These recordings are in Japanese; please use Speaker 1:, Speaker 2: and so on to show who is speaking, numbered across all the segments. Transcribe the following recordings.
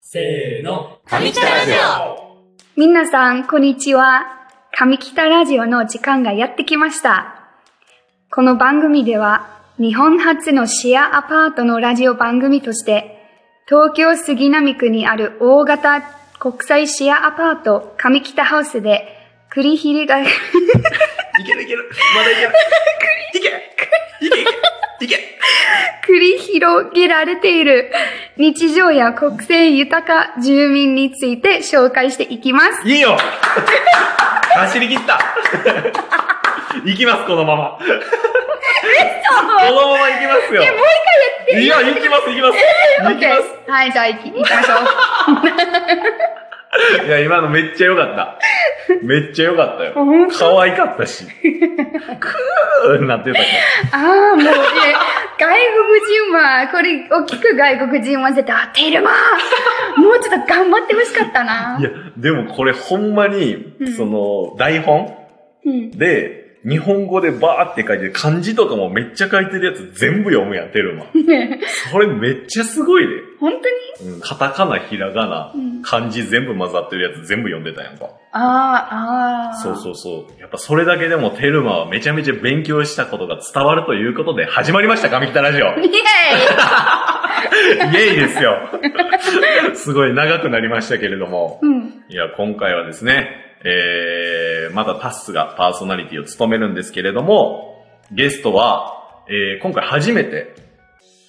Speaker 1: せーの。
Speaker 2: 上北ラジ
Speaker 3: 皆さん、こんにちは。上北ラジオの時間がやってきました。この番組では、日本初のシェアアパートのラジオ番組として、東京杉並区にある大型国際シェアアパート上北ハウスで、栗ひ りが、
Speaker 1: いけるいける。まだい ける。いけいけいけいけ
Speaker 3: 繰り広げられている日常や国勢豊か住民について紹介していきます。
Speaker 1: いいよ走り切った 行きます、このまま。このまま行きますよ。
Speaker 3: え、もう一回
Speaker 1: い
Speaker 3: や
Speaker 1: や、
Speaker 3: って
Speaker 1: 行きます、行きます。行きま
Speaker 3: オッケーはい、じゃあ行き行きましょ
Speaker 1: す。いや、今のめっちゃ良かった。めっちゃ良かったよ
Speaker 3: う。。本当
Speaker 1: 可愛かったし。クーになってたし。。
Speaker 3: ああ、もう、ね、外国人は、これを聞く外国人は絶対、あ、テ ルマもうちょっと頑張ってほしかったない
Speaker 1: や、でもこれほんまに
Speaker 3: うん、
Speaker 1: その、台本
Speaker 3: うん。
Speaker 1: で、日本語でバーって書いて、漢字とかもめっちゃ書いてるやつ全部読むやん、テルマ。
Speaker 3: ね
Speaker 1: それめっちゃすごいで。
Speaker 3: 本当に
Speaker 1: うん、カタカナ、ひらがな、
Speaker 3: うん
Speaker 1: 漢字全部混ざってるやつ全部読んでたやんか。
Speaker 3: ああ、ああ。
Speaker 1: そう
Speaker 3: う。
Speaker 1: そうそう。やっぱそれだけでもテルマはめちゃめちゃ勉強したことが伝わるということで始まりました、上北ラ ジオ。
Speaker 3: イェイ
Speaker 1: イエイですよ。すごい長くなりましたけれども。
Speaker 3: うん。
Speaker 1: いや、今回はですね、えー、まだタッスがパーソナリティを務めるんですけれども、ゲストは、えー、今回初めて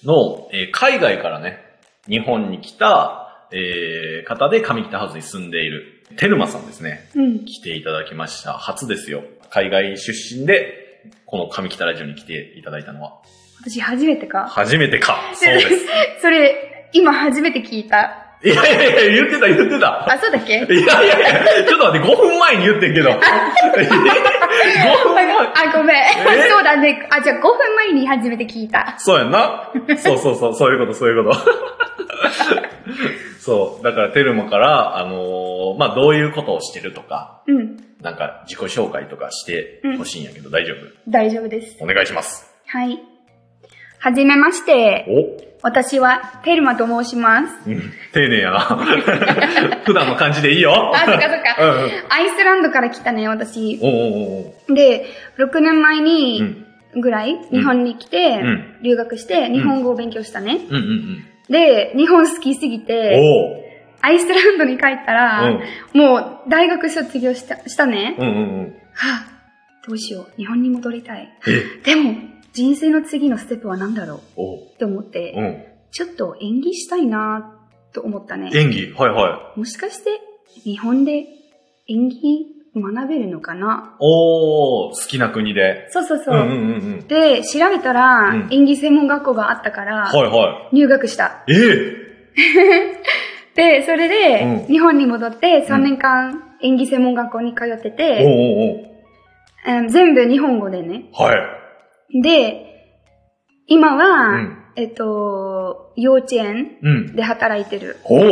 Speaker 1: の、えー、海外からね、日本に来た、えー、方で上北ハウスに住んでいる、テルマさんですね。
Speaker 3: うん。
Speaker 1: 来ていただきました。初ですよ。海外出身で、この上北ラジオに来ていただいたのは、
Speaker 3: 私初めてか。
Speaker 1: 初めてか。そうです。
Speaker 3: それ、今初めて聞いた。
Speaker 1: いやいやいや、言ってた言ってた。
Speaker 3: あ、そうだっけ
Speaker 1: いやいやいや、ちょっと待って、5分前に言ってんけど。5分前。
Speaker 3: あ、ごめん。
Speaker 1: え
Speaker 3: そうだね。あ、じゃあ5分前に初めて聞いた。
Speaker 1: そうやんな。そうそうそう、そういうこと、そういうこと。 そう。だから、テルマから、あのーまあ、どういうことをしてるとか、
Speaker 3: うん。
Speaker 1: なんか、自己紹介とかしてほしいんやけど、大丈夫
Speaker 3: 大丈夫です。
Speaker 1: お願いします。
Speaker 3: はい。はじめまして。
Speaker 1: お
Speaker 3: 私は、テルマと申します。
Speaker 1: うん、丁寧やな。 普段の感じでいいよ。
Speaker 3: あ、そっかそ
Speaker 1: う
Speaker 3: っか。
Speaker 1: んうん。
Speaker 3: アイスランドから来たね、私。
Speaker 1: おうおうおう
Speaker 3: で、6年前
Speaker 1: う
Speaker 3: に、
Speaker 1: ん。
Speaker 3: ぐらい、日本に来て、
Speaker 1: うん
Speaker 3: 留学して、日本語を勉強したね。
Speaker 1: うんうんうん。
Speaker 3: で、日本好きすぎて、
Speaker 1: おう
Speaker 3: アイスランドに帰った
Speaker 1: う
Speaker 3: ら
Speaker 1: ん、
Speaker 3: もう、大学卒業した、したね。
Speaker 1: うんうんうん。
Speaker 3: はぁ、どうしよう。日本に戻りたい。でも、人生の次のステップは何だろ
Speaker 1: おう
Speaker 3: うって思って
Speaker 1: う、ん。
Speaker 3: ちょっと演技したいなぁと思ったね。
Speaker 1: 演技、はいはい。
Speaker 3: もしかして、日本で演技学べるのかな
Speaker 1: おー、好きな国で。
Speaker 3: そうそうそう。
Speaker 1: うんうんうんうん。
Speaker 3: で、調べたら、
Speaker 1: うん
Speaker 3: 演技専門学校があったから、
Speaker 1: はいは
Speaker 3: 入学した。
Speaker 1: い。え
Speaker 3: で、それで、
Speaker 1: うん
Speaker 3: 日本に戻って
Speaker 1: ん
Speaker 3: 3年間演技専門学校に通って
Speaker 1: えお
Speaker 3: て、
Speaker 1: うおう
Speaker 3: うん全部日本語でね。
Speaker 1: おうはい。
Speaker 3: で、今は、
Speaker 1: うん
Speaker 3: えっと、幼稚園
Speaker 1: うん。
Speaker 3: で働いてる。
Speaker 1: おう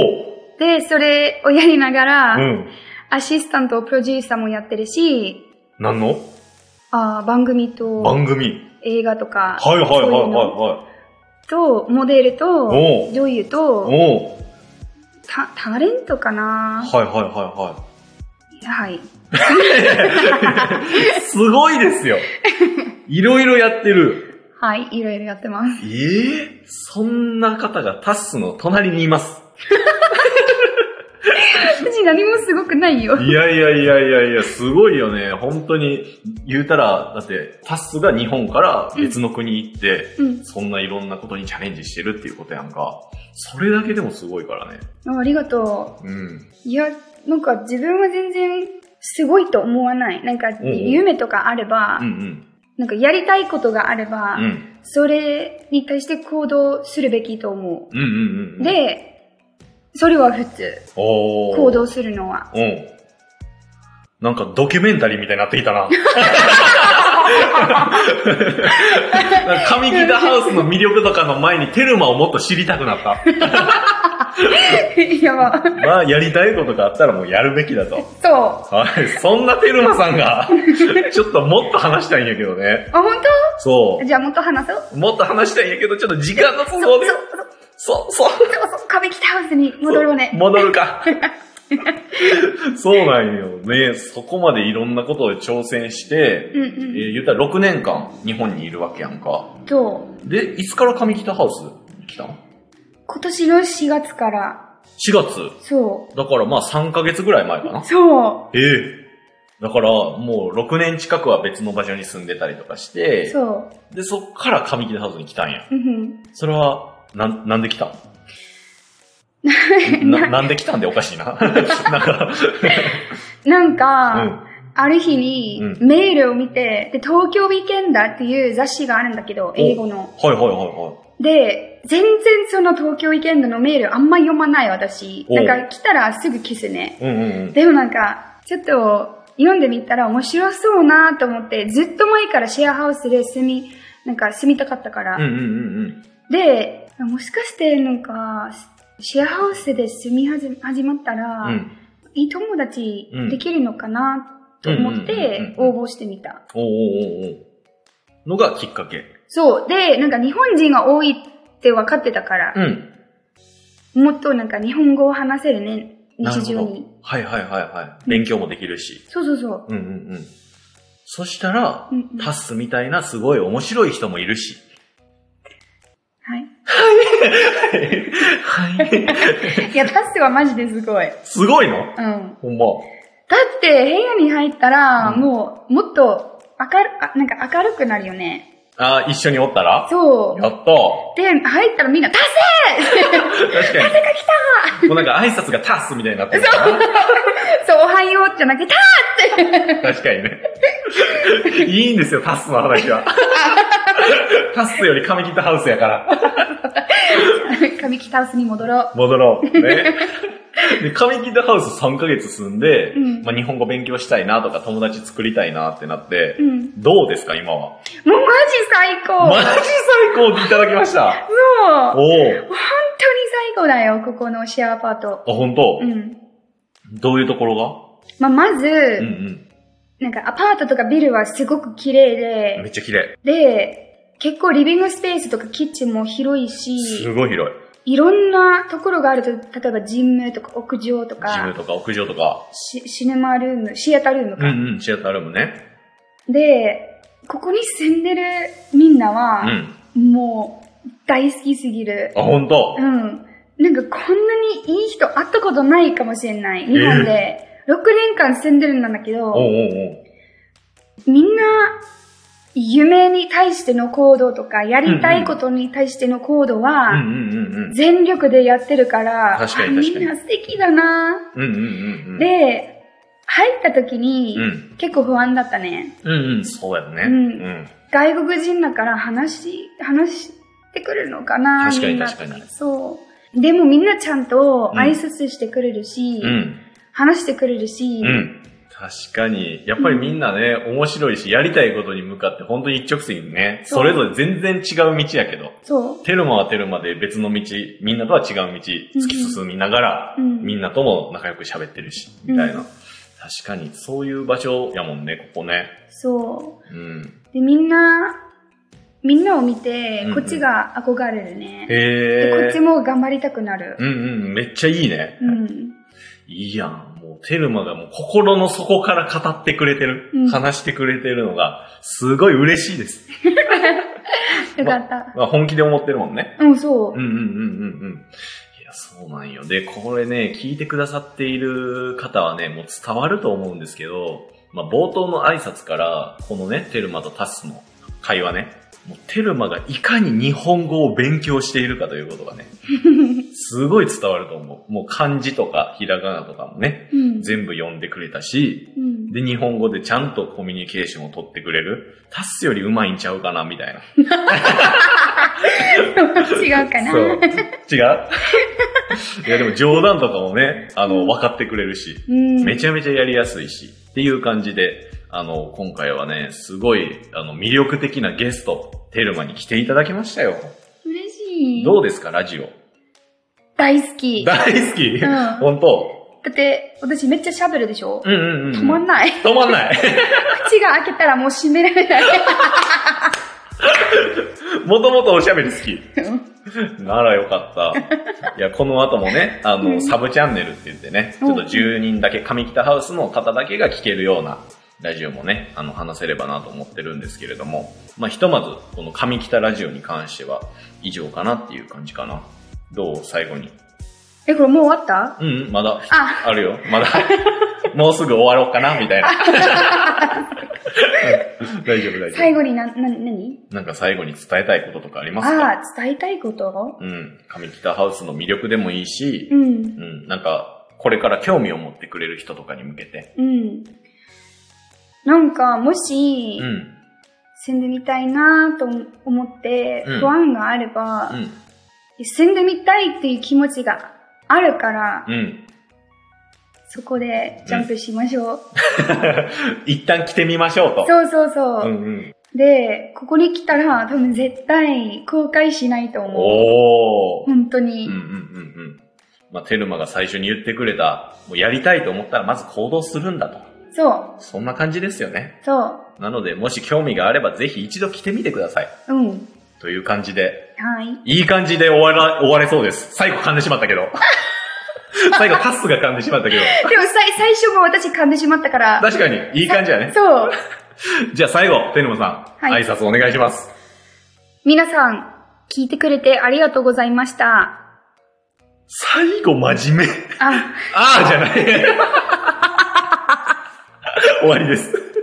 Speaker 3: で、それをやりながら、
Speaker 1: うん。
Speaker 3: アシスタント、プロデューサーもやってるし、
Speaker 1: 何の
Speaker 3: あー番組と
Speaker 1: 番組。
Speaker 3: 映画とか、
Speaker 1: はいはいはいはい
Speaker 3: そういうの
Speaker 1: は
Speaker 3: と、モデル
Speaker 1: お
Speaker 3: と、
Speaker 1: う
Speaker 3: 女優
Speaker 1: い。
Speaker 3: と、
Speaker 1: おう
Speaker 3: タタレントかな
Speaker 1: はいはいは
Speaker 3: はい。
Speaker 1: いはい。すごいです よ。いろいろやってる。
Speaker 3: はい、いろいろやってます。
Speaker 1: ええそんな方がタスの隣にいます。
Speaker 3: 私何もすごくないよ。
Speaker 1: いやいやいやいやいや、すごいよね。本当に、言うたら、だって、タスが日本から別の国行って、
Speaker 3: うん。
Speaker 1: そんないろんなことにチャレンジしてるっていうことやんか。それだけでもすごいからね。
Speaker 3: あありがと
Speaker 1: うん。
Speaker 3: う。いや、なんか自分は全然すごいと思わない。なんか
Speaker 1: んうん
Speaker 3: 夢とかあれば、
Speaker 1: うん
Speaker 3: なんかやりたいことがあれば、
Speaker 1: うん。うん。
Speaker 3: それに対して行動するべきと思
Speaker 1: うんうんうんう
Speaker 3: う。
Speaker 1: ん。、
Speaker 3: で、それは普通。
Speaker 1: おー
Speaker 3: 行。動するのは。
Speaker 1: うん。なんかドキュメンタリーみたいになってきた な。なんか上北ハウスの魅力とかの前にテルマをもっと知りたくなった。
Speaker 3: やば。
Speaker 1: まあ、やりたいことがあったらもうやるべきだと。
Speaker 3: そう。あ、
Speaker 1: はい。そんなテルマさん が、ちょっともっと話したいんやけどね。
Speaker 3: 本
Speaker 1: そ
Speaker 3: 当じゃあもっと話そう。
Speaker 1: う。もっと話したいんやけど、ちょっと時間の都
Speaker 3: そ
Speaker 1: 合
Speaker 3: う
Speaker 1: で
Speaker 3: そ。
Speaker 1: そ
Speaker 3: う
Speaker 1: う、そう。
Speaker 3: そうそう、壁北ハウスに戻ろうね。
Speaker 1: 戻る か。そうなんよね。そこまでいろんなことを挑戦して、
Speaker 3: うんう
Speaker 1: えー
Speaker 3: ん。
Speaker 1: 言ったら6年間日本にいるわけやんか。
Speaker 3: と、
Speaker 1: で、いつから上北ハウス来たの
Speaker 3: 今年の4月から、
Speaker 1: ?4 月。
Speaker 3: そ
Speaker 1: だからまあ3ヶ月ぐらい前かな
Speaker 3: う。。そ
Speaker 1: ええだからもう6年近くは別の場所に住んでたりとかし
Speaker 3: う。
Speaker 1: て、
Speaker 3: そう。
Speaker 1: で、そっから上北ハウスに来たんや。
Speaker 3: うん
Speaker 1: それは、なん、なんで来た ん
Speaker 3: うん
Speaker 1: な、
Speaker 3: な
Speaker 1: なんで来たんでおかしいな。 なんか、
Speaker 3: なん
Speaker 1: う
Speaker 3: か、
Speaker 1: ん。
Speaker 3: ある日に
Speaker 1: う
Speaker 3: メールを見て、で、東京ウィーケンダーっていう雑誌があるんだけど、英語の。
Speaker 1: はいはいはいは
Speaker 3: で、全然その東京ウィーケンダーのメールあんま読まない私。
Speaker 1: お
Speaker 3: なんか来たらすぐ消すね。
Speaker 1: い。うんうんうん。
Speaker 3: でもなんか、ちょっと読んでみたら面白そうなと思って、ずっと前からシェアハウスで住み、なんか住みたかったから。
Speaker 1: うんうんうんうん。
Speaker 3: で、もしかしてなんか、シェアハウスで住み始め始まったら、
Speaker 1: うん。
Speaker 3: いい友達できるのかなと思っ
Speaker 1: うんうんうん
Speaker 3: て
Speaker 1: うんう
Speaker 3: 応
Speaker 1: ん
Speaker 3: 募してみた。
Speaker 1: おうおうおうおうのがきっかけ。
Speaker 3: そう。で、なんか日本人が多いって分かってたから、
Speaker 1: ん。
Speaker 3: もっとなんか日本語を話せるね、
Speaker 1: なる
Speaker 3: 日
Speaker 1: ほ
Speaker 3: 常
Speaker 1: ど
Speaker 3: に。。
Speaker 1: はいはいはいはい。
Speaker 3: うん
Speaker 1: 勉強もできるし。
Speaker 3: そうそうそう。
Speaker 1: うんうんうん。そしたら
Speaker 3: う、んうん、
Speaker 1: タ
Speaker 3: はい。
Speaker 1: スみたいなすごい面白い人もいるし。はい。
Speaker 3: いや、タスはマジですごい。うん。
Speaker 1: すごいの
Speaker 3: だ
Speaker 1: ほんま。
Speaker 3: って部屋に入ったら、
Speaker 1: うん
Speaker 3: もう、もっと明る、あなんか明るくなるよね。
Speaker 1: あー、一緒におったら
Speaker 3: そう。
Speaker 1: やったー
Speaker 3: で、入ったらみんな、タス
Speaker 1: 確かに。風が来たもうなんか挨拶がタスみたいになってるからな
Speaker 3: そう、おはようじゃなくて、タ
Speaker 1: 確かにね。いいんですよ、タスの話 は。タスより上北ハウスやから。
Speaker 3: ス髪切ったウスに戻ろう。
Speaker 1: 戻ろう。ね。で、上北ハウス3ヶ月住んで、
Speaker 3: うん
Speaker 1: まあ、日本語勉強したいなとか友達作りたいなってなって、
Speaker 3: うん。もう
Speaker 1: どうですか、今は。
Speaker 3: マジ最高
Speaker 1: マジ最高っていただきま した。
Speaker 3: そう
Speaker 1: おお。
Speaker 3: 本当に最高だよ、ここのシェアアパート。
Speaker 1: あ、本当
Speaker 3: う、ん。
Speaker 1: どういうところ
Speaker 3: まあ、まず、
Speaker 1: がうんうん。
Speaker 3: なんかアパートとかビルはすごく綺麗
Speaker 1: めっ
Speaker 3: で、
Speaker 1: ちゃ綺麗。
Speaker 3: で、結構リビングスペースとかキッチンも広い
Speaker 1: す
Speaker 3: し、
Speaker 1: ごい広い。
Speaker 3: いろんなところがあると、例えばジムとか屋上
Speaker 1: ジ
Speaker 3: と
Speaker 1: ム
Speaker 3: か、
Speaker 1: とか屋上とか。
Speaker 3: シシネマルーム、シアタールーム
Speaker 1: う
Speaker 3: か。
Speaker 1: んうん、シアタールームね。
Speaker 3: で、ここに住んでるみんな
Speaker 1: う
Speaker 3: は、
Speaker 1: ん。
Speaker 3: もう大好きすぎる。
Speaker 1: あ、本当
Speaker 3: うん。なんかこんなにいい人会ったことないかもしれない。日本で。6年間住んでるんだけ
Speaker 1: おうお
Speaker 3: ど、
Speaker 1: うおう。
Speaker 3: みんな、夢に対しての行動とか、やりたいことに対しての行動
Speaker 1: うん
Speaker 3: は、
Speaker 1: うんうんうん。
Speaker 3: 全力でやってるから、
Speaker 1: 確かに
Speaker 3: あ
Speaker 1: 確かに
Speaker 3: みんな素敵だな
Speaker 1: うんうんうんうん。
Speaker 3: で、入った時に
Speaker 1: う、ん。
Speaker 3: 結構不安だったね。
Speaker 1: うんうん、そうやね。
Speaker 3: う
Speaker 1: うんん。
Speaker 3: 外国人だから話し、話してくれるのかな
Speaker 1: 確かに
Speaker 3: みんな
Speaker 1: 確かに
Speaker 3: そう。でもみんなちゃんと
Speaker 1: うん
Speaker 3: 挨拶してくれるし、
Speaker 1: うん。
Speaker 3: 話してくれるし、
Speaker 1: うん。確かに。やっぱりみんなね、面白いし、やりたいことに向かって本当に一直線にね、
Speaker 3: そう
Speaker 1: それぞれ全然違う道やけど、
Speaker 3: そう。
Speaker 1: テルマはテルマで別の道、みんなとは違う道、突き進みながら、
Speaker 3: うん
Speaker 1: みんなとも仲良く喋ってるし、みたいな。
Speaker 3: うん
Speaker 1: 確かに、そういう場所やもんね、ここね。
Speaker 3: そ
Speaker 1: うん。
Speaker 3: う。で、みんな、みんなを見て
Speaker 1: うんうん、
Speaker 3: こっちが憧れるね。でこっ
Speaker 1: へ
Speaker 3: ち
Speaker 1: え。
Speaker 3: も頑張りたくなる
Speaker 1: う。んうん、めっちゃいいね。
Speaker 3: うん。
Speaker 1: いいやん。もう、テルマがもう心の底から語ってくれてる、
Speaker 3: うん
Speaker 1: 話してくれてるのが、すごい嬉しいです。
Speaker 3: よかった。
Speaker 1: まあ、本気で思ってるもんね。
Speaker 3: うん、そう
Speaker 1: うん。うんうんうんうん。いや、そうなんよ。で、これね、聞いてくださっている方はね、もう伝わると思うんですけど、まあ、冒頭の挨拶から、このね、テルマとタスの会話ね、もうテルマがいかに日本語を勉強しているかということがね、すごい伝わると思う。もう漢字とかひらがなとかもね、
Speaker 3: うん。
Speaker 1: 全部読んでくれたし、
Speaker 3: う ん。
Speaker 1: で、日本語でちゃんとコミュニケーションを取ってくれる。タッスより上手いんちゃうかな、みたいな。
Speaker 3: 違うかな。
Speaker 1: そう。違う いや、でも冗談とかもね、あの、分かってくれるし、
Speaker 3: うん。
Speaker 1: めち
Speaker 3: ゃ
Speaker 1: ゃめちゃやりやすいし、っていう感じで、あの、今回はね、すごい、あの、魅力的なゲスト、テルマに来ていただきましたよ。
Speaker 3: 嬉しい。
Speaker 1: どうですか、ラジオ。
Speaker 3: 大好き。だ
Speaker 1: 大好き、
Speaker 3: ん
Speaker 1: 本当
Speaker 3: って、私めっちゃ喋るでしょ
Speaker 1: うんうんうん。
Speaker 3: 止まんない。
Speaker 1: 止まんない。
Speaker 3: 口が開けたらも う閉められない。
Speaker 1: もともとおしゃべり好き。
Speaker 3: うん
Speaker 1: ならよかった。いや、この後もね、あ
Speaker 3: う
Speaker 1: の、
Speaker 3: ん
Speaker 1: サブチャンネルって言ってね、ちょっと10人だけ、上北ハウスの方だけが聞けるようなラジオもね、あの、話せればなと思ってるんですけれども、まあ、ひとまず、この上北ラジオに関しては、以上かなっていう感じかな。どう最後に。
Speaker 3: え、これもう終わった
Speaker 1: うんうん、まだ、
Speaker 3: あ
Speaker 1: あるよ、ま だ。もうすぐ終わろうかな、みたいな。うん大丈夫、大丈
Speaker 3: 最後にな、な、なに
Speaker 1: 夫。なんか最後に伝えたいこととかありますか
Speaker 3: ああ、伝えたいこと
Speaker 1: うん。上北ハウスの魅力でもいいし
Speaker 3: う、ん。
Speaker 1: うん、なんか、これから興味を持ってくれる人とかに向けて。
Speaker 3: うん。なんか、もし、
Speaker 1: うん。
Speaker 3: 住んでみたいなと思って
Speaker 1: うん
Speaker 3: 不安があれば、
Speaker 1: うん。
Speaker 3: 住んでみたいっていう気持ちがあるから、
Speaker 1: うん。
Speaker 3: そこでジャンプしましょう。
Speaker 1: 一旦来てみましょうと。
Speaker 3: そうそうそう。
Speaker 1: んうん。
Speaker 3: で、ここに来たら多分絶対後悔しないと思う。
Speaker 1: おー。
Speaker 3: 本当
Speaker 1: う
Speaker 3: に
Speaker 1: んうん。うんうん。まあ、テルマが最初に言ってくれた、もうやりたいと思ったらまず行動するんだと。
Speaker 3: そう、
Speaker 1: そんな感じですよね。
Speaker 3: そ
Speaker 1: なので、もし興味があればぜひ一度来てみてください。
Speaker 3: う。うん。
Speaker 1: という感じで、
Speaker 3: はい。
Speaker 1: いい感じで終わら、終われそうです。最後噛んでしまったけ ど。最後カスが噛んでしまったけど。
Speaker 3: でもさい最初も私噛んでしまったから。
Speaker 1: 確かに、いい感じだね。
Speaker 3: そう。
Speaker 1: じゃあ最後、テルマさん、
Speaker 3: はい
Speaker 1: 挨拶お願いします。
Speaker 3: 皆さん、聞いてくれてありがとうございました。
Speaker 1: 最後真面目。
Speaker 3: あ、
Speaker 1: ああ、じゃない。終わりです。